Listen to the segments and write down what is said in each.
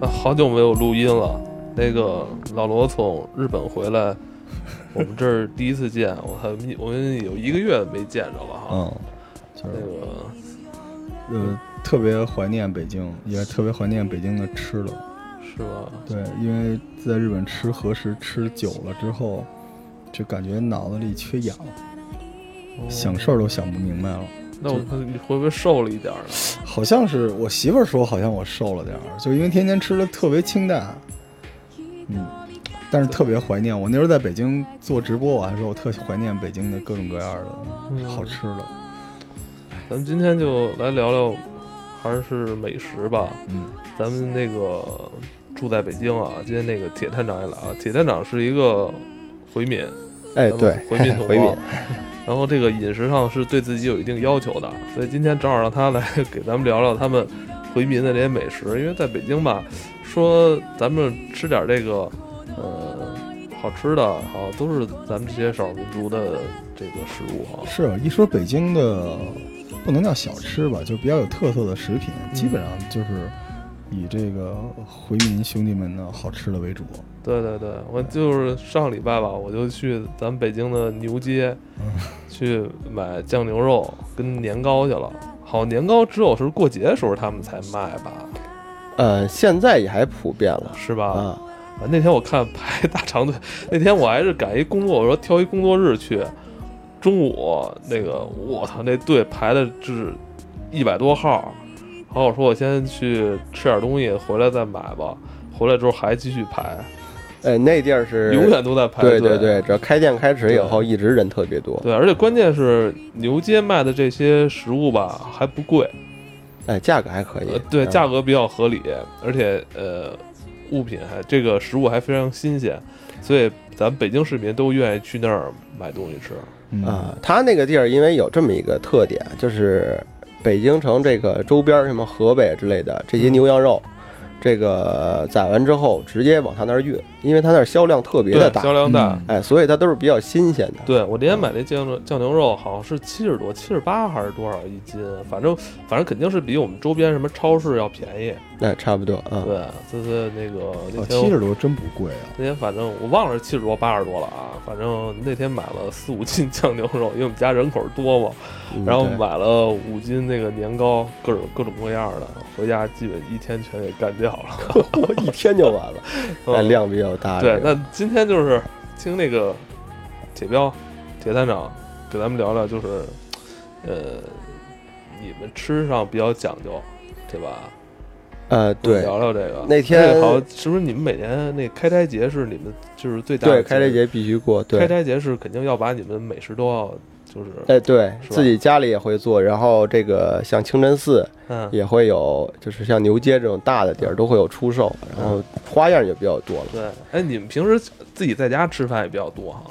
啊，好久没有录音了。那个老罗从日本回 来，我们这儿第一次见，我还没我们有一个月没见着了哈。嗯，就那是个呃，特别怀念北京，也特别怀念北京的吃的。是吧？对，因为在日本吃和食吃久了之后，就感觉脑子里缺氧，哦想事儿都想不明白了。那我看你会不会瘦了一点儿呢？好像是我媳妇儿说，好像我瘦了点儿，就因为天天吃的特别清淡。嗯，但是特别怀念我那时候在北京做直播，我还说我特怀念北京的各种各样的嗯好吃的。咱们今天就来聊聊，还是美食吧。嗯，咱们那个住在北京啊，今天那个铁探长也来了。铁探长是一个回民，哎，咱们对，回 民同回胞 民，。然后这个饮食上是对自己有一定要求的，所以今天正好让他来给咱们聊聊他们回民的这些美食。因为在北京吧，说咱们吃点这个，呃，好吃的，好都是咱们这些少数民族的这个食物啊。是啊一说北京的，不能叫小吃吧，就比较有特色的食品，嗯基本上就是以这个回民兄弟们的好吃的为主。对对对，我就是上礼拜吧，我就去咱们北京的牛 街嗯，去买酱牛肉跟年糕去了。好，年糕只有是过节的时候他们才卖吧，呃，现在也还普遍了是吧？啊。啊，那天我看排 大长队，那天我还是赶一工作，我说挑一工作日去，中午那个我操，那队排的是一百多号，然后我说我先去吃点东西，回来再买吧。回来之后还继续排，哎，那地儿是永远都在排队。对对对，只要开店开始以后，一直人特别多。对而且关键是牛街卖的这些食物吧还不贵，哎，价格还可以呃，，对，嗯价格比较合理，而且呃，物品还这个食物还非常新鲜，所以咱们北京市民都愿意去那儿买东西吃。嗯啊，它那个地儿因为有这么一个特点，就是北京城这个周边儿，什么河北之类的这些牛羊嗯肉，这个宰完之后直接往他那儿运，因为他那儿销量特别对的，大销，量大。嗯哎，所以它都是比较新鲜的。对我那天买那酱牛酱牛肉好像是七十多、七十八还是多少一斤，啊反正反正肯定是比我们周边什么超市要便宜。哎，差不多啊。对，就是那个那哦，天七我、十多真不贵啊。那天反正我忘了是七十多、八十多了啊，反正那天买了四五斤酱牛肉，因为我们家人口多嘛，嗯然后对买了五斤那个年糕，各种各种各样的，回家基本一天全给干掉了。一天就完了，嗯 哎，量比较大。对，这个那今天就是听那个铁彪、铁探长给咱们聊聊，就是呃，你们吃上比较讲究，对吧？呃，对，聊聊这个。那天那个好像是不是你们每年那开斋节是你们就是最大的对，开斋日？节必须过。开对，斋节是肯定要把你们美食都要就是哎，对是吧自己家里也会做，然后这个像清真寺嗯也会有，就是像牛街这种大的地儿都会有出售，然嗯后花样就比较多了。对，哎，你们平时自己在家吃饭也比较多哈？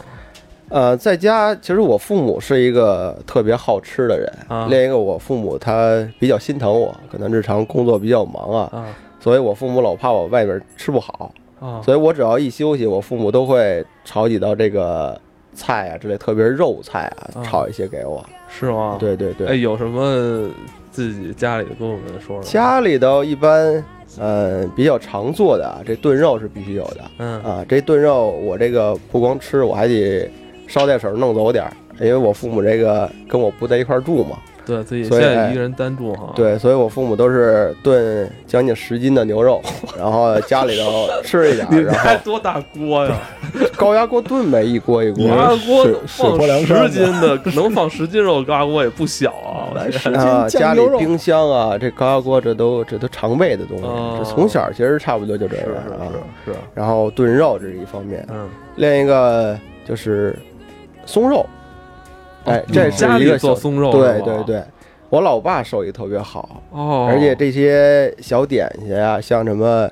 呃，在家其实我父母是一个特别好吃的人，啊另一个我父母他比较心疼我，可能日常工作比较忙啊，啊所以我父母老怕我外边吃不好，啊，所以我只要一休息，我父母都会炒几道这个菜啊之类，特别是肉菜啊啊，炒一些给我。是吗？对对对，哎，有什么自己家里的跟我们说说？家里头一般，呃，比较常做的啊，这炖肉是必须有的嗯啊。这炖肉我这个不光吃，我还得捎带手弄走点儿，因为我父母这个跟我不在一块儿住嘛，对自己所现以哎在一个人单住哈。，对，所以我父母都是炖将近十斤的 牛肉，然后家里头吃一点你儿，们啊然家后多大锅呀？高压锅炖呗，一锅一锅你高。压锅水水放泊梁山十吧斤啊的，能放十斤肉，高压锅也不小 啊。我来觉十得斤啊，家酱里牛肉，冰箱啊，这高压锅这都这都常备的东西，哦这从小其实差不多就这是样啊。是是是，然后炖肉这是一方面，嗯，另一个就是松肉，哎，你这们是哦家一里个做小松肉，对对，对，我老爸手艺特别好，哦，而且这些小点心啊，像什么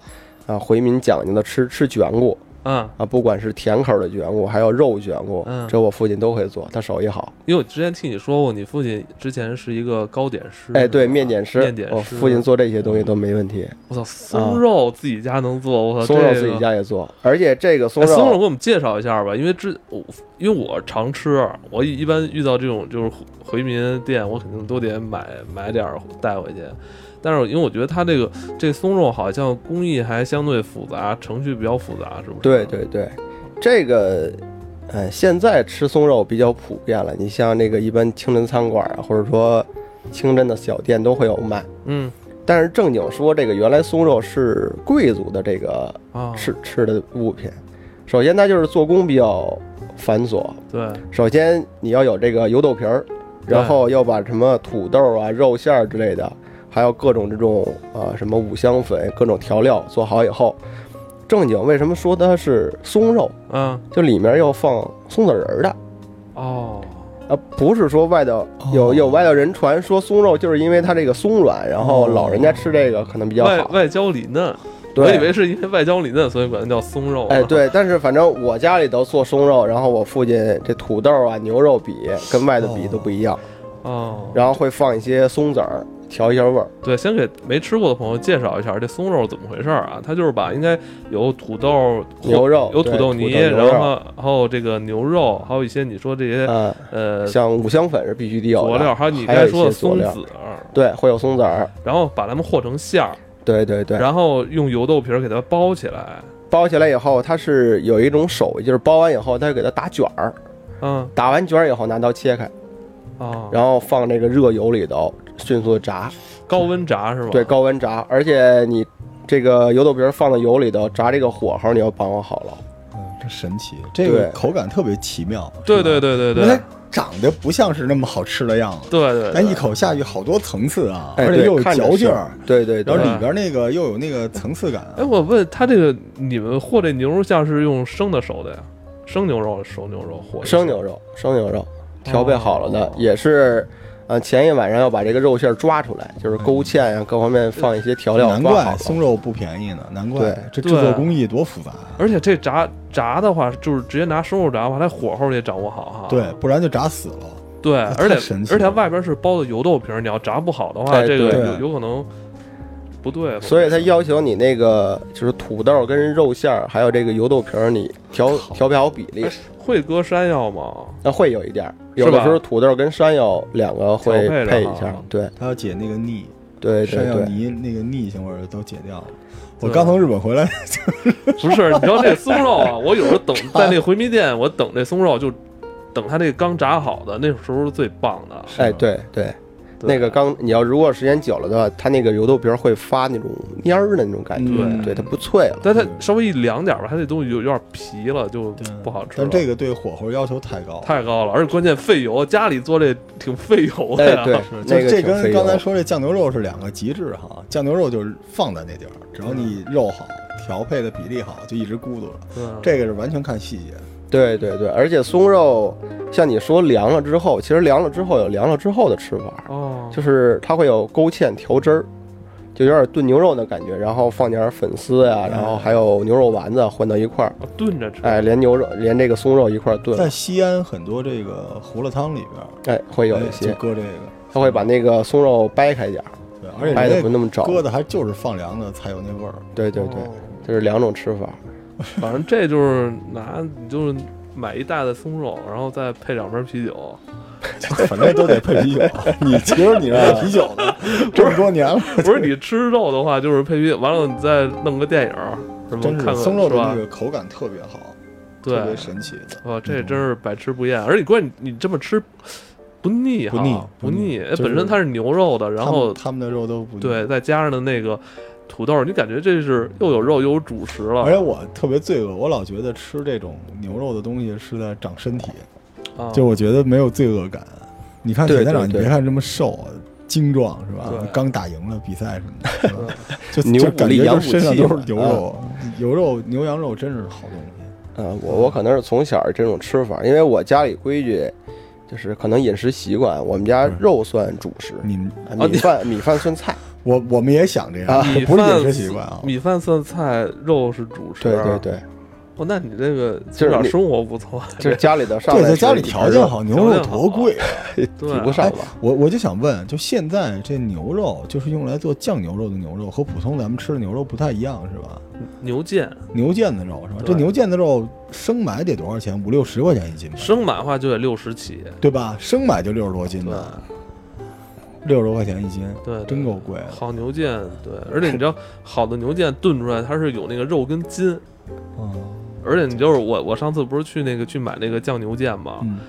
啊回民讲究的吃吃卷骨嗯，啊，不管是甜口的卷骨，还有肉卷骨嗯，这我父亲都会做，他手艺好。因为我之前听你说过，你父亲之前是一个糕点师，哎，对，面点师面点，师，我父亲，做这些东西都没问题，我操，松肉自己家能做，我操，松肉这自个己家也做，而且这个松哎，松肉肉给我们介绍一下吧，因为之我因为我常吃，我一一般遇到这种就是回回民店，我肯定都得买买点儿带回去。但是因为我觉得它这个这松肉好像工艺还相对复杂，程序比较复杂，是不是？对对对，这个，呃，现在吃松肉比较普遍了。你像那个一般清真餐馆啊，或者说清真的小店都会有卖。嗯但是正经说，这个原来松肉是贵族的这个啊，吃吃的物品。首先，它就是做工比较繁琐。对首先，你要有这个油豆皮儿，然后要把什么土豆啊、肉馅儿之类的，还有各种这种啊什么五香粉、各种调料做好以后，正经为什么说它是松肉？嗯就里面要放松子仁儿的，哦啊，不是说外头有有外头人传说松肉就是因为它这个松软，然哦后老人家吃这个可能比较外好。外焦里嫩，对我以为是因为外焦里嫩，所以管它叫松肉。啊哎，，对，但是反正我家里头做松肉，然后我父亲这土豆啊、牛肉比跟外头比都不一样，哦，然后会放一些松子儿调一下味儿。对，先给没吃过的朋友介绍一下这松肉怎么回事儿啊？它就是把应该有土豆、牛肉有哦对土豆泥，土豆牛然肉后还有这个牛肉，还有一些你说这些、嗯，呃像五香粉是必须得有的，佐料，还有你刚有才一说的些佐松料，子儿，对，会有松子儿，然后把它们和成馅儿，对对对。然后用油豆皮儿给它包起来。包起来以后，它是有一种手艺，就是包完以后，它给它打卷儿，嗯打完卷儿以后拿刀切开，啊，然后放这个热油里头迅速炸，高温炸是吧？对，高温炸，而且你这个油豆皮儿放到油里头炸这个火候你要把握好了，嗯，这神奇，这个对口感特别奇妙。对是吧对，对对因为对它长得不像是那么好吃的样子，对对，但一口口下去好多层次啊，哎，而且对又有看着嚼劲是儿，对对然对后对里边那个又有那个层次感啊。哎，我问他这个你们和这牛肉馅儿是用生的熟的呀？生牛肉、熟牛肉和生牛肉肉，生牛肉调配好了的，也是，呃，前一晚上要把这个肉馅儿抓出来，就是勾芡啊，各方面放一些调料，难抓好怪了松肉不便宜呢，难怪对这制对作工艺多复杂啊。而且这炸炸的话，就是直接拿生肉炸的话，它火候也掌握好啊哈。对，不然就炸死了。对，太而且神奇而且了外边是包的油豆皮儿，你要炸不好的话，哎这个对有有可能不对。所以它要求你那个就是土豆跟肉馅儿，还有这个油豆皮儿，你调调配好比例哎。会搁山药吗？ 那会有一点儿，是吧有的时候土豆跟山药两个会调配着配一哈下，对它要解那个腻，对对山药对，泥那个腻腥味儿都解掉了。我对刚从日本回来，不是，你知道这松肉啊，我有时候 等在那回民店，我等这松肉就等它那刚炸好的，那时候是最棒的。哎对对，对那个刚你要如果时间久了的话，它那个油豆皮儿会发那种蔫儿的那种感嗯觉，对它不脆了。但它稍微一凉点儿吧，它这东西有有点皮了，就 不好吃了。但这个对火候要求太高。太高了，而且关键费油，家里做这挺费油的哎呀。对， 是，就那个这挺跟费刚才油。说这酱牛肉是两个极致哈，酱牛肉就是放在那地儿，只要你肉好，调配的比例好，就一直咕嘟着。嗯这个是完全看细节，对对对，而且松肉像你说凉了之后，其实凉了之后有凉了之后的吃法，哦，就是它会有勾芡调汁儿，就有点炖牛肉的感觉，然后放点儿粉丝呀、嗯然后还有牛肉丸子混到一块儿，哦炖着吃。哎，连牛肉连这个松肉一块儿在炖，西安很多这个胡辣汤里边儿，哎，会有哎一就些，搁这个，它会把那个松肉掰开点儿，对，而且掰的人不家那么着，搁的还就是放凉的才有那味儿。 对对对哦，这是两种吃法，反正这就是拿，你就是买一袋子松肉，然后再配两瓶啤酒。反正都得配啤 酒。你其实你是爱啤酒的，这么多年了，不是你吃肉的话，就是配啤酒，完了你再弄个电影儿，什么真看看是松肉是的那吧？个口感特别好，特别嗯对，神奇。哇，这真是百吃不厌。而且关键你这么吃不腻哈，不腻不不腻哎就是本身它是牛肉的，然后他们他们的肉都不腻对，，再加上的那个土豆，你感觉这是又有肉又有主食了而且我特别罪恶，我老觉得吃这种牛肉的东西是在长身体，啊。就我觉得没有罪恶感。你看铁对三角，对你对别看这么瘦啊。精壮是吧对？刚打赢了比赛什么的是吧， 就牛就骨感力觉羊就骨身上气都嘛是牛啊肉，牛肉牛羊肉真是好东西。嗯，我我可能是从小这种吃法，因为我家里规矩就是可能饮食习惯，我们家肉算主食，你们啊米饭米饭算菜，我我们也想这样，啊米不是饭饮食习惯啊。米饭算菜，肉是主食。对对对。哦，那你这个就是从小你生活不错，就是家里头上对，来在家是里一条盘件肉好，牛肉多贵啊！对比不上吧？我我就想问，就现在这牛肉，就是用来做酱牛肉的牛肉，和普通咱们吃的牛肉不太一样，是吧？牛腱牛腱子肉是吧？对这牛腱子肉生买得多少钱？五六十块钱一斤吧，生买的话就得六十起，对吧？生买就六十多斤对，呢。六十多块钱一斤，对，对真够贵的。好牛腱，对，而且你知道，好的牛腱炖出来它是有那个肉跟筋，嗯而且你就是我，我上次不是去那个去买那个酱牛腱嘛，嗯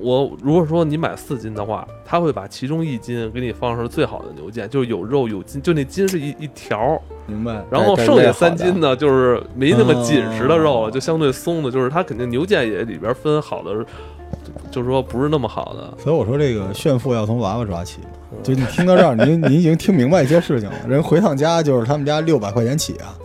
我如果说你买四斤的话，他会把其中一斤给你放上最好的牛腱，就是有肉有筋，就那筋是一一条儿，明白。然后对剩对下三斤呢，就是没那么紧实的肉了，哦就相对松的，就是它肯定牛腱也里边分好的，就是说不是那么好的，所以我说这个炫富要从娃娃抓起，就你听到这儿，您您已经听明白一些事情了。人回趟家就是他们家六百块钱起啊，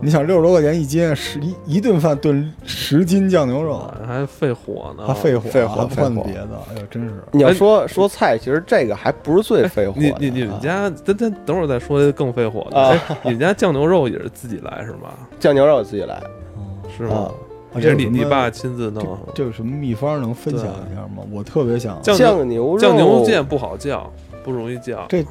你想六十多块钱一斤，十一一顿饭炖十斤酱牛肉，哎还费火呢，还哦费火费啊，火还不换费火别的，哎呦，真是。你要说说菜，其实这个还不是最费火的你你你们家，咱咱等会儿再说更费火的。啊哎，你们家酱牛肉也是自己来是吗？酱牛肉自己来是吗啊？，啊也是有你什么你爸亲自弄这是吗？这有什么秘方能分享一下吗？我特别想，酱酱牛肉酱牛腱不好叫，不容易叫。这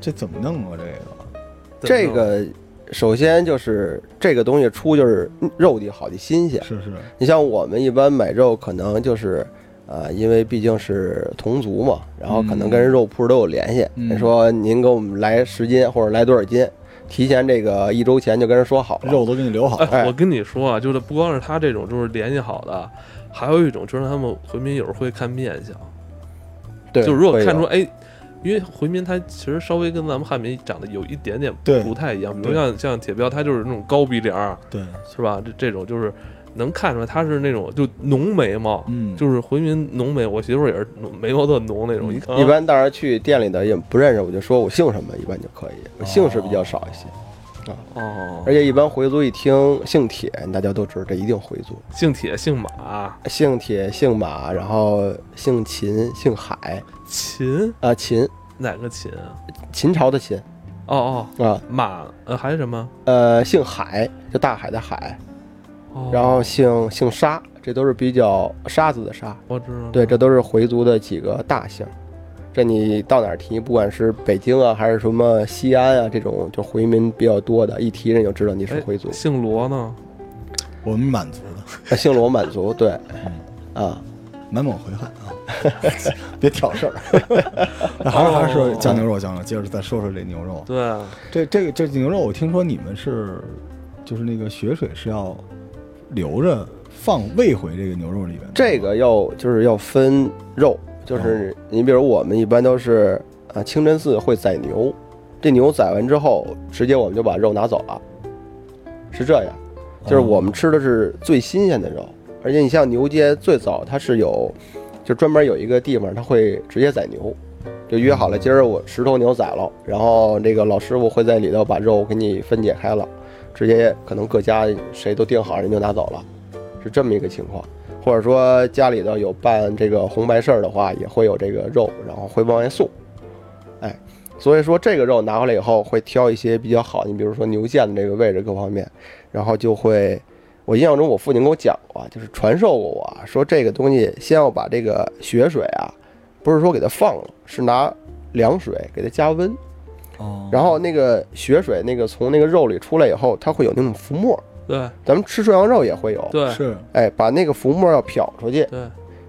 这怎么弄啊？这个这个，首先就是这个东西出就是肉得好得新鲜。是是，你像我们一般买肉，可能就是，呃，因为毕竟是同族嘛，然后可能嗯跟肉铺都有联系。嗯人说您给我们来十斤或者来多少斤，提前这个一周前就跟人说好了。肉都给你留好，哎，哎我跟你说啊，就是不光是他这种，就是联系好的，还有一种就是他们回民有时候会看面相，对，就如果会有看出哎。因为回民他其实稍微跟咱们汉民长得有一点点对不太一样，比对如像像铁彪，他就是那种高鼻梁儿，对，是吧？这这种就是能看出来他是那种就浓眉毛，嗯，就是回民浓眉，我媳妇儿也是浓眉毛特浓那种，嗯一看一般到时候去店里的也不认识，我就说我姓什么，一般就可以。我姓氏比较少一些，哦而，且一般回族一听姓铁，大家都知道这一定回族。姓铁姓马姓铁、姓马，然后姓秦、姓海秦啊，秦哪个秦啊？秦朝的秦哦哦，啊，马呃还是什么？呃，姓海就大海的海，哦、然后姓姓沙，这都是比较沙子的沙，我知道了，对，这都是回族的几个大姓。这你到哪儿提，不管是北京啊，还是什么西安啊，这种就回民比较多的，一提人就知道你是哎回族。姓罗呢？我们满族的，啊姓罗满 族，对，啊，满蒙回汉啊，别挑事儿。 还是还是说酱牛肉，酱牛肉，接着再说说这牛肉。对，这这个这牛肉，我听说你们是，就是那个血水是要留着放喂回这个牛肉里边。这个要就是要分肉，哦就是你比如我们一般都是啊，清真寺会宰牛，这牛宰完之后，直接我们就把肉拿走了，是这样，就是我们吃的是最新鲜的肉，而且你像牛街最早它是有，就专门有一个地方，它会直接宰牛。就约好了，今儿我十头牛宰了，然后这个老师傅会在里头把肉给你分解开了，直接可能各家谁都定好，人就拿走了，是这么一个情况。或者说家里头有办这个红白事儿的话，也会有这个肉，然后会往外送。哎，所以说这个肉拿回来以后，会挑一些比较好，你比如说牛腱的这个位置各方面，然后就会，我印象中我父亲跟我讲过啊，就是传授过我啊，说这个东西先要把这个血水啊，不是说给它放了，是拿凉水给它加温，哦，然后那个血水那个从那个肉里出来以后，它会有那种浮沫，对咱们吃涮羊肉也会有。对是哎，把那个浮沫要漂出去，对，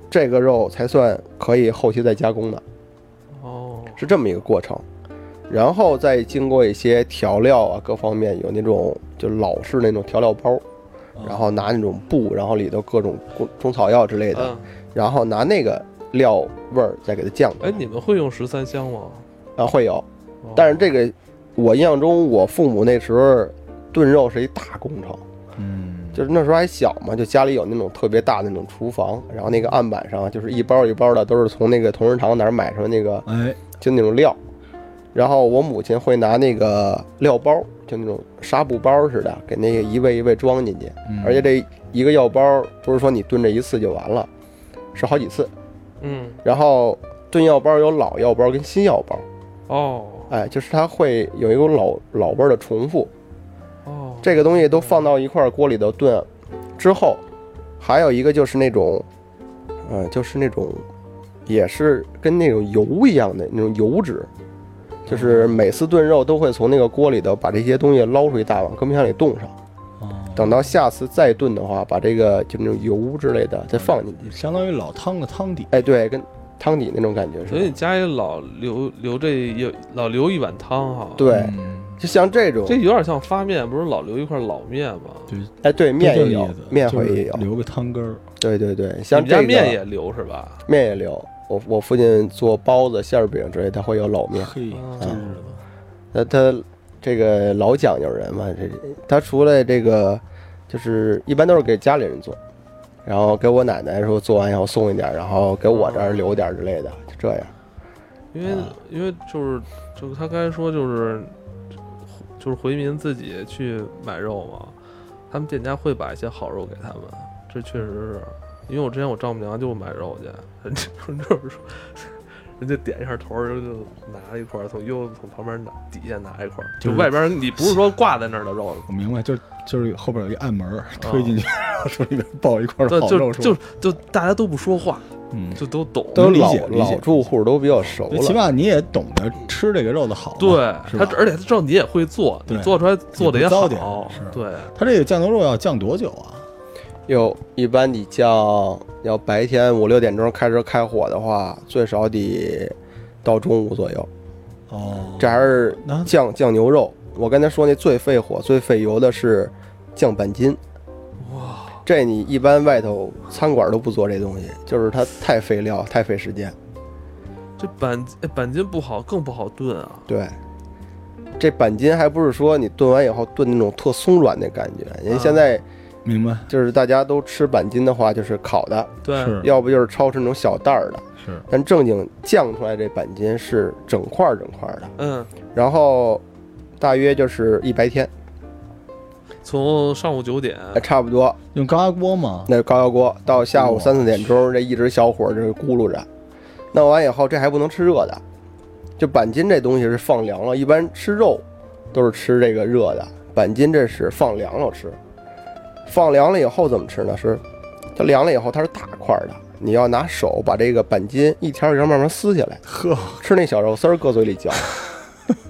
这个肉才算可以后期再加工的，哦，是这么一个过程。然后再经过一些调料啊，各方面有那种就老式那种调料包，嗯然后拿那种布，然后里头各种中中草药之类的，嗯，然后拿那个料味儿再给它酱哎，你们会用十三香吗？啊会有。哦但是这个我印象中，我父母那时候炖肉是一大工程，嗯，就是那时候还小嘛，就家里有那种特别大的那种厨房，然后那个案板上就是一包一包的，都是从那个同仁堂哪儿买上那个哎，就那种料。然后我母亲会拿那个料包，就那种纱布包似的，给那个一位一位装进去。嗯而且这一个药包不是说你炖这一次就完了，是好几次。嗯然后炖药包有老药包跟新药包，哦哎，就是它会有一种老老味儿的重复。哦，这个东西都放到一块儿锅里头炖之后，还有一个就是那种，呃，就是那种，也是跟那种油一样的那种油脂，就是每次炖肉都会从那个锅里头把这些东西捞出一大碗，搁冰箱里冻上，哦等到下次再炖的话，把这个就那种油之类的再放进去。相当于老汤的汤底。哎，对，跟汤底那种感觉是所以吧？家里老留留这有老留一碗汤哈，，对，嗯就像这种这，有点像发面，不是老留一块老面吗？就是哎，对，面就这也有意思，面就会是也有，留个汤根儿，对对对，你像们家这个面也留是吧？面也留。我我附近做包子、馅儿饼之类，它会有老面。嘿啊真是的。那他这个老讲究人嘛，这他除了这个，就是一般都是给家里人做，然后给我奶奶说做完以后送一点儿，然后给我这儿留点儿之类的，就这样。因为啊因为就是就是他刚才说就是就是回民自己去买肉嘛，他们店家会把一些好肉给他们，这确实是因为我之前我丈母娘就买肉去， 人家人家说人家点一下头儿就就拿一块儿从右从旁边拿底下拿一块儿，就是外边儿你不是说挂在那儿的肉，我明白，就是就是后边有一暗门儿推进去， 然后从里面抱一块儿哦对好就肉就出来，就大家都不说话，嗯，就都懂，都能理老解理解老住户都比较熟对，起了，码你也懂得吃这个肉的好嘛，对是他吧？，而且他知道你也会做，你对做出来做的也也不糟好践是，对。它这个酱牛肉要酱多久啊？有一般你像要白天五六点钟开始开火的话，最少得到中午左右。哦，这还是那酱酱牛肉。我刚才说那最费火、最费油的是酱板筋。哇，这你一般外头餐馆都不做这东西，就是它太费料、太费时间。这板哎板筋不好，更不好炖啊！对，这板筋还不是说你炖完以后炖那种特松软的感觉。人啊现在明白就是大家都吃板筋的话，就是烤的，对，是要不就是焯成那种小袋儿的。是但正经酱出来这板筋是整块儿整块儿的，嗯，然后大约就是一白天，从上午九点，呃差不多用高压锅吗？那高压锅到下午哇三四点钟，这一直小火这咕噜着，弄完以后这还不能吃热的，就板筋这东西是放凉了，一般吃肉都是吃这个热的，板筋这是放凉了吃，放凉了以后怎么吃呢？是它凉了以后它是大块的，你要拿手把这个板筋一条一条慢慢撕下来，呵，吃那小肉丝儿搁嘴里嚼，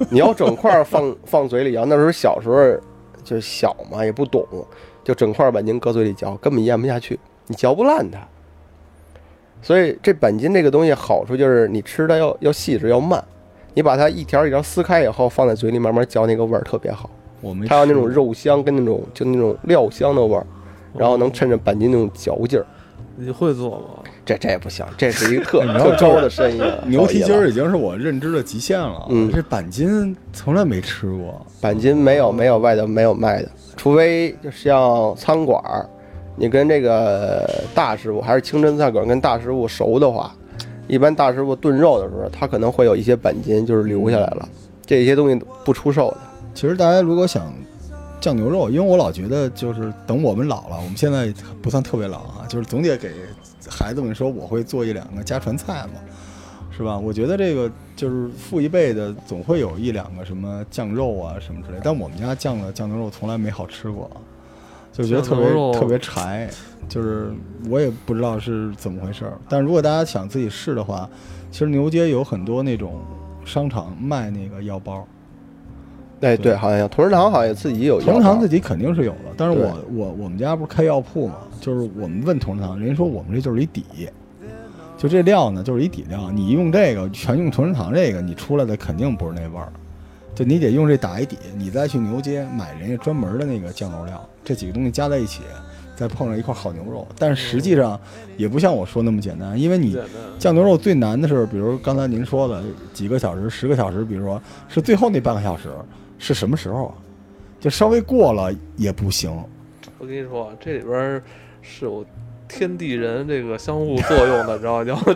你要整块儿放放嘴里嚼，那时候小时候就是小嘛，也不懂，就整块板筋搁嘴里嚼，根本咽不下去，你嚼不烂它。所以这板筋这个东西好处就是你吃它要要细致要慢，你把它一条一条撕开以后放在嘴里慢慢嚼，那个味儿特别好。我没它有那种吃哦肉香跟那种就那种料香的味儿，然后能趁着板筋那种嚼劲儿。你会做吗？这这也不行，这是一个特哎你知道特高的啊深意了。过牛蹄筋老爷儿子已经是我认知的极限了，嗯这板筋从来没吃过，板筋嗯没有没有外头没有卖的，除非就像餐馆儿，你跟这个大师傅还是清真餐馆儿跟大师傅熟的话，一般大师傅炖肉的时候，他可能会有一些板筋就是留下来了，嗯这些东西不出售的。其实大家如果想酱牛肉，因为我老觉得就是等我们老了，我们现在不算特别老啊，就是总得给孩子们说我会做一两个家传菜嘛，是吧？我觉得这个就是父一辈的总会有一两个什么酱肉啊什么之类，但我们家酱的酱牛肉从来没好吃过，就觉得特酱牛肉别特别柴，就是我也不知道是怎么回事儿。但如果大家想自己试的话，其实牛街有很多那种商场卖那个腰包。哎，对对，好像有同仁堂好像也自己有同仁堂自己己肯定是有的，但是对我我我们家不是开药铺嘛，就是我们问同仁堂，人家说我们这就是一底，就这料呢就是一底料，你用这个全用同仁堂这个，你出来的肯定不是那味儿，就你得用这打一底，你再去牛街买人家专门的那个酱油料，这几个东西加在一起，再碰上一块好牛肉，但是实际上也不像我说那么简单，因为不你简单，酱牛肉最难的是，比如刚才您说的几个小时、十个小时，比如说是最后那半个小时是什么时候啊？就稍微过了也不行。我跟你说，啊这里边儿是有天地人这个相互作用的，你知道吗？ 然后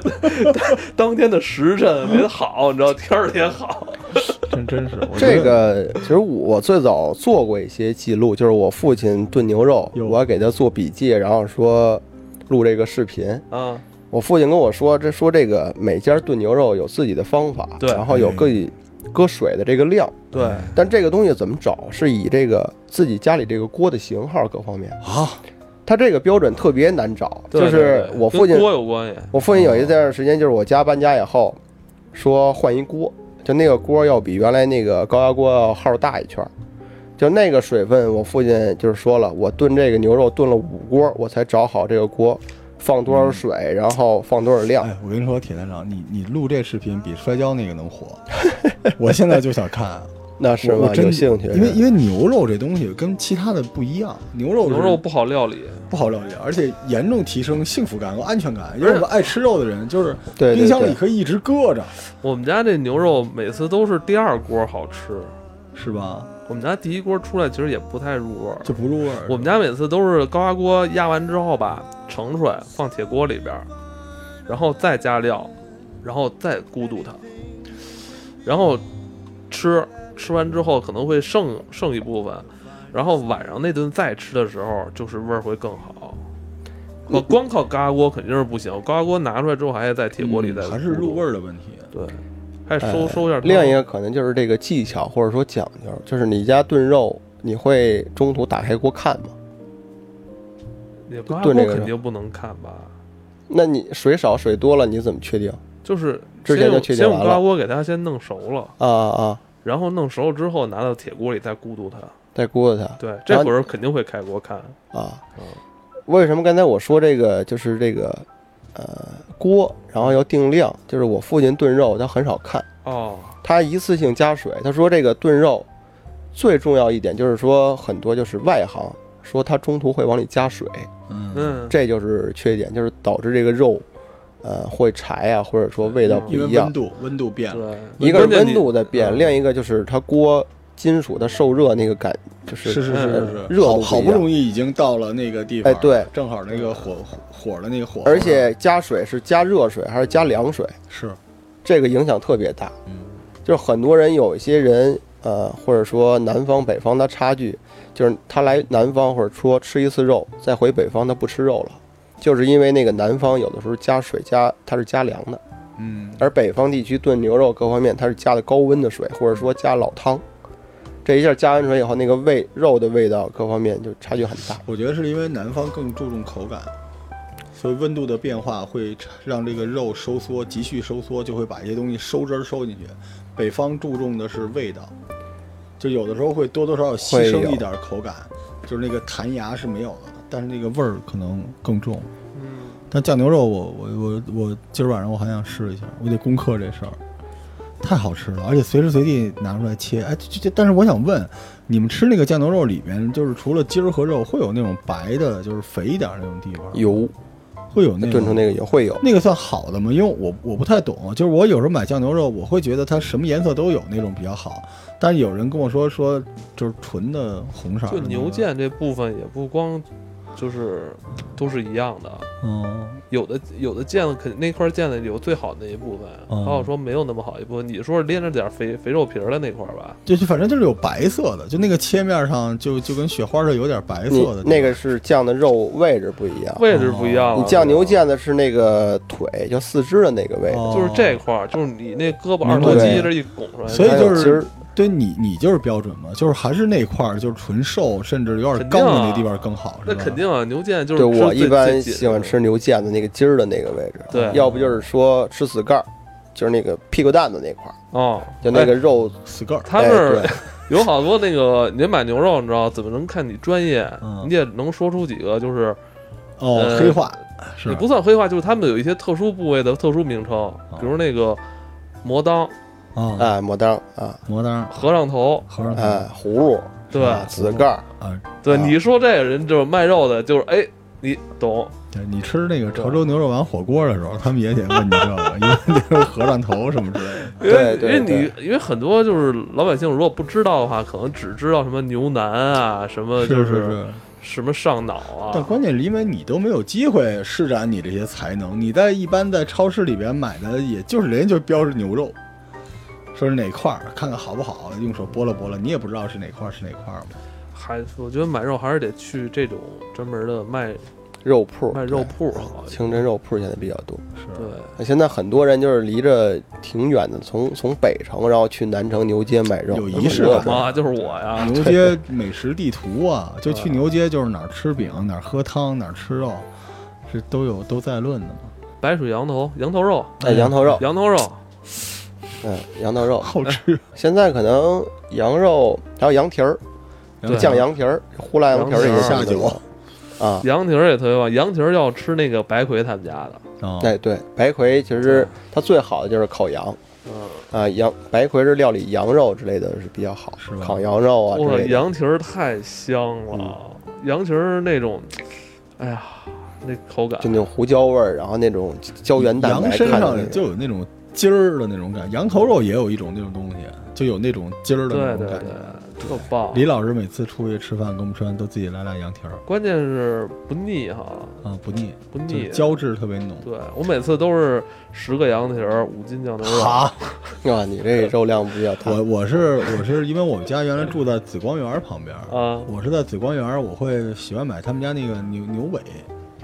当天的时辰也好，你知道天儿也好，真真是这个，其实我最早做过一些记录，就是我父亲炖牛肉，有我给他做笔记，然后说录这个视频。啊，我父亲跟我说，这说这个每家炖牛肉有自己的方法，对然后有自己搁水的这个量，对，但这个东西怎么找，是以这个自己家里这个锅的型号各方面，啊，它这个标准特别难找。对对就是对我父亲跟，锅有关系，我父亲有一段时间，就是我家搬家以后，说换一锅，就那个锅要比原来那个高压锅要号大一圈儿，就那个水分，我父亲就是说了，我炖这个牛肉炖了五锅，我才找好这个锅放多嗯少水，然后放多少量。哎，我跟你说，铁团长，你你录这视频比摔跤那个能火， 我现在就想 看，那是我吗我？真有兴趣？因为因为牛肉这东西跟其他的不一样，牛肉是牛肉不好料理，不好料理，啊而且严重提升幸福感和安全感。因为我们爱吃肉的人，就是对对冰箱对里可以一直搁着，我们家这牛肉每次都是第二锅好吃，是吧？我们家第一锅出来其实也不太入味儿。就不入味儿。我们家每次都是高压锅压完之后吧，盛出来放铁锅里边儿，然后再加料，然后再咕嘟它，然后吃，吃完之后可能会剩剩一部分，然后晚上那顿再吃的时候，就是味儿会更好。嗯我光靠高压锅肯定是不行，高压锅拿出来之后还得在铁锅嗯里再、嗯还是入味儿，儿的问题。对，还得收、收一下汤。哎另一个可能就是这个技巧或者说讲究，就是你家炖肉，你会中途打开锅看吗？也高压锅炖这个肯定不能看吧？那你水少水多了，你怎么确定？就是之前先用就确定先用完高压了锅给它先弄熟了。啊啊！然后弄熟了之后拿到铁锅里再咕嘟它。再锅子它对，这会儿肯定会开锅看。啊嗯。为什么刚才我说这个就是这个呃锅，然后要定量？就是我父亲炖肉，他很少看，哦，他一次性加水。他说这个炖肉最重要一点就是说很多就是外行说他中途会往里加水，嗯，嗯，这就是缺点，就是导致这个肉呃会柴啊，或者说味道不因为一样温。度温度变了，对，一个是关键温你度在变，嗯另一个就是它锅金属它受热那个感，就是是是嗯是，热好度不好一不样容易已经到了那个地方，哎对，正好那个火火火的那个火候上，而且加水是加热水还是加凉水，是这个影响特别大。嗯，就是很多人有一些人，呃，或者说南方北方的差距，就是他来南方或者说吃一次肉，再回北方他不吃肉了，就是因为那个南方有的时候加水加它是加凉的，嗯，而北方地区炖牛肉各方面它是加的高温的水，或者说加老汤。这一下加完水以后，那个味肉的味道各方面就差距很大。我觉得是因为南方更注重口感，所以温度的变化会让这个肉收缩，急剧收缩，就会把一些东西收汁儿收进去。北方注重的是味道，就有的时候会多多少少牺会牲有一点口感，就是那个弹牙是没有的，但是那个味儿可能更重。嗯，但酱牛肉我，我我我今儿晚上我还想试一下，我得攻克这事儿，太好吃了，而且随时随地拿出来切。哎，这这，但是我想问，你们吃那个酱牛肉里面，就是除了筋儿和肉，会有那种白的，就是肥一点儿那种地方吗，油会有那炖出种那个油会有，那个算好的吗？因为我我不太懂，就是我有时候买酱牛肉，我会觉得它什么颜色都有那种比较好，但是有人跟我说说就是纯的红色儿就的嗯那牛个，腱这部分也不光就是都是一样的，哦，有的有的腱子肯那块腱子有最好的那一部分，嗯还有说没有那么好一部分。你说是连着点儿肥肥肉皮儿的那块儿吧？就是反正就是有白色的，就那个切面上就就跟雪花似的，有点白你色的那个是酱的肉位置不一样。位置不一样了，哦你酱牛腱子是那个腿，就四肢的那个位置。哦就是这块儿，就是你那胳膊明白二头肌这一拱出来，所以还就有是筋儿对你你就是标准嘛，就是还是那块儿，就是纯瘦，甚至有点肯高定啊的那地方更好，那是吧肯。定啊，牛腱就是对吃我最一般最紧喜欢的吃牛腱子那个筋儿的那个位置，对要不就是说吃死盖儿，就是那个屁股蛋子那块儿，哦，就那哎个肉。死个儿，他哎们儿对 有好多那个，你买牛肉，你知道怎么能看你专业？嗯你也能说出几个，就是哦，呃黑化是也不算黑话，就是他们有一些特殊部位的特殊名称，嗯比如那个魔当、啊，啊，牡丹啊，魔当和尚头，和尚啊，葫芦，对、啊紫盖儿，啊，对，啊你一说这个人就是卖肉的，就是哎，你懂？对你吃那个潮州牛肉丸火锅的时候，他们也得问你这个，因为就是和尚头什么之类的。因为对对因为你因为很多就是老百姓如果不知道的话，可能只知道什么牛腩啊，什么 就是是，什么上脑啊，但关键是因为你都没有机会施展你这些才能，你在一般在超市里边买的，也就是人家就标着牛肉，说是哪块儿，看看好不好，用手拨拉拨拉，你也不知道是哪块儿是哪块儿嘛。还我觉得买肉还是得去这种专门的卖肉铺，卖肉对铺好一点。清真肉铺现在比较多。对是，，那现在很多人就是离着挺远的，从从北城然后去南城牛街买肉，有那仪么式热感闹妈啊就是我呀，啊牛街美食地图啊，就去牛街就是哪儿吃饼，哪儿喝汤，哪儿吃肉，这都有都在论 的嘛。白水羊头、羊头肉、哎，羊头肉，羊头肉，嗯，羊头肉，好吃，现在可能羊肉还有羊蹄儿，对酱羊蹄儿、胡辣羊蹄儿羊也蹄儿下下酒啊，杨婷儿也特别棒，杨婷儿要吃那个白魁他们家的，啊，哎对，白魁其实它最好的就是烤羊嗯，啊，羊白魁是料理羊肉之类的是比较好是吧，烤羊肉啊哇之，类的。杨婷儿太香了，嗯杨婷儿那种，哎呀，那口感就那种胡椒味儿，然后那种胶原蛋羊白看着身那个，上就有那种筋儿的那种感，羊头肉也有一种那种东西，就有那种筋儿的那对种对感对觉。，特棒。李老师每次出去吃饭跟我们吃饭都自己来俩羊蹄儿关键是不腻哈，啊，不腻，不就腻是。胶质特别浓。对我每次都是十个羊蹄儿，五斤酱牛肉。好，啊，你这肉量比较大我我是我是因为我们家原来住在紫光园儿旁边儿，啊我是在紫光园儿，我会喜欢买他们家那个牛牛尾，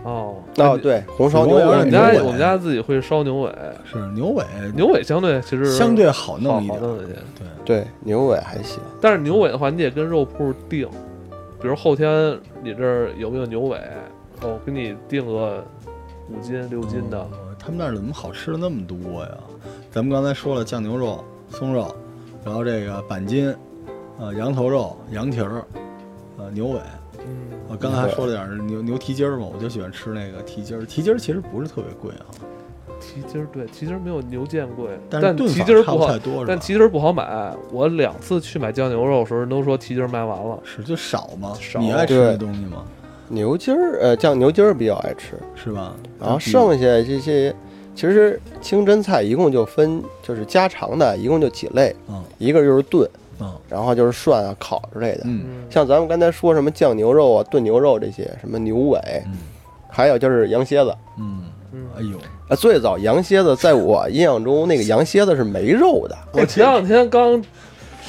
哦，哦，对，红烧牛我我们们尾，家牛尾我们家自己会烧牛尾，是牛尾，牛尾相对其实相对好好弄一好点儿。弄一些，对，对牛尾还行。但是牛尾的话你得跟肉铺定，比如后天你这儿有没有牛尾，我给你定个五斤六斤的。哦他们那儿怎么好吃的那么多呀？咱们刚才说了酱牛肉、松肉，然后这个板筋，呃，羊头肉、羊蹄儿，呃，牛尾。嗯，啊我刚才还说了点儿牛牛蹄筋儿嘛，我就喜欢吃那个蹄筋儿。蹄筋儿其实不是特别贵啊，蹄筋儿对蹄筋儿没有牛腱贵，但但是炖蹄法筋儿差不不好太，多是吧？但蹄筋儿不好买。我两次去买酱牛肉的时候，人都说蹄筋儿卖完了。是就少嘛，少你爱吃对那东西吗？牛筋儿，呃，酱牛筋儿比较爱吃，是吧？然后比剩下这些，其实清真菜一共就分，就是家常的，一共就几类，嗯一个就是炖，嗯然后就是涮啊、烤之类的。嗯嗯，像咱们刚才说什么酱牛肉啊、炖牛肉这些，什么牛尾，嗯还有就是羊蝎子。嗯，嗯哎呦，啊，最早羊蝎子在我印象中，那个羊蝎子是没肉的。我哎前两天刚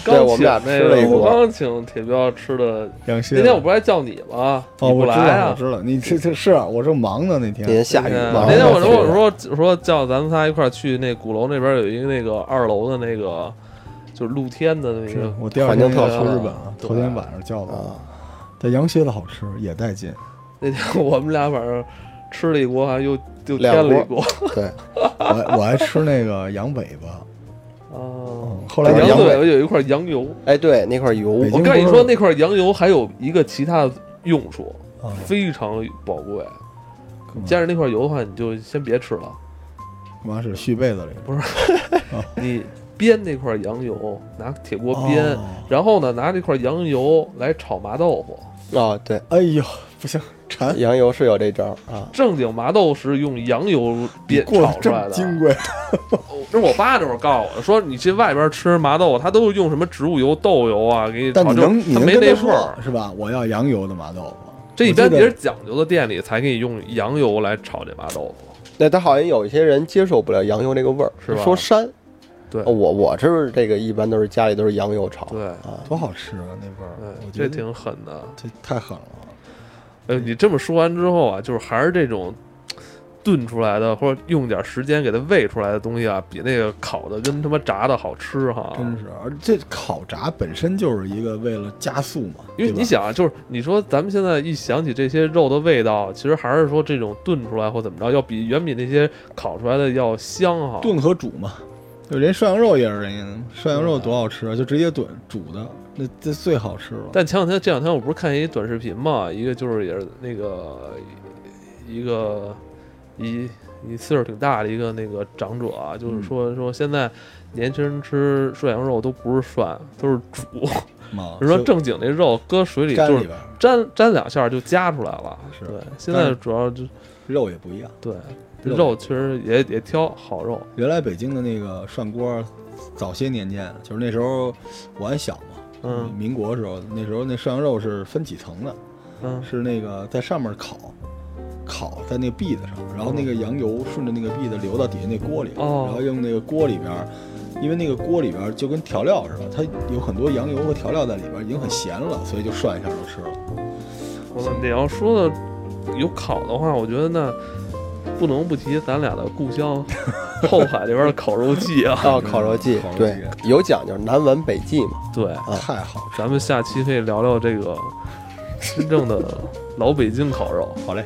对刚我们请俩那吃了一个，我锅刚请铁彪吃的。羊蝎子。那天我不是还叫你吗？啊哦，你我不知来道，我啊？知道，你这这是啊我正忙呢那那天。天下雨嗯嘛，那天我忙着说我去说说叫咱们仨一块儿去那鼓楼那边有一个那个二楼的那个就是露天的那是个，我第二天环境特要去好日本啊，嗯对头天晚上叫的。啊，但羊蝎子好吃，也带 劲。 那天我们俩反正吃了一锅，好像又又添两了一锅 锅。对，我还我还吃那个羊尾 巴，哦，嗯后来羊羊尾尾巴有一块羊油，哎，对，那块油我北，京跟你不是说那块羊油还有一个其他的用处，啊，非常宝贵。干嘛加上那块油的话，你就先别吃了。干嘛是续被子里不你煸那块羊油，拿铁锅煸，哦然后呢，拿这块羊油来炒麻豆腐。啊，对，哎呦，不行，馋。羊油是有这招儿啊。正经麻豆是用羊油煸过得炒出这来么金的。贵，哦这是我爸那会儿告诉我的说，你去外边吃麻豆，他都是用什么植物油、豆油啊，给你但炒，你就能你他能没跟那他份说儿。是吧？我要羊油的麻豆腐，这一我记般得别人讲究的店里才给你用羊油来炒这麻豆腐。那他好像有一些人接受不了羊油这个味儿，是吧说膻。哦对我我是这个一般都是家里都是羊油炒。对，啊，多好吃啊！那味儿，我对，觉哎这得挺狠的。这太狠了。呃，你这么说完之后啊，就是还是这种炖出来的，或者用点时间给它煨出来的东西啊，比那个烤的跟他妈炸的好吃哈。真是，而这烤炸本身就是一个为了加速嘛，因为对吧你想啊，就是你说咱们现在一想起这些肉的味道，其实还是说这种炖出来或怎么着，要比远比那些烤出来的要香哈。炖和煮嘛，就连涮羊肉也是人家涮羊肉多好吃啊，就直接炖煮的，那这最好吃了。但前两天这两天我不是看一短视频嘛，一个就是也是那个一个一一岁数挺大的一个那个长者啊，嗯就是说、说现在年轻人吃涮羊肉都不是涮，都是煮。嘛，人说就正经那肉搁水里干就里是边儿沾沾两下就夹出来了。是对，现但在是主要就肉也不一样。对肉肉确实也也挑好肉。原来北京的那个涮锅，早些年间就是那时候我还小嘛，嗯民国时候那时候那涮羊肉是分几层的，嗯是那个在上面烤，烤在那篦子上，然后那个羊油顺着那个篦子流到底下那锅里，哦然后用那个锅里边儿，因为那个锅里边儿就跟调料似的，它有很多羊油和调料在里边儿，已经很咸了，所以就涮一下就吃了。嗯我操，你要说的有烤的话，我觉得那不能不提咱俩的故乡后海这边的烤肉季啊。哦，烤肉季烤肉，季对，有讲究，南完北季嘛。对，啊太好吃了，咱们下期可以聊聊这个真正的老北京烤肉。好嘞。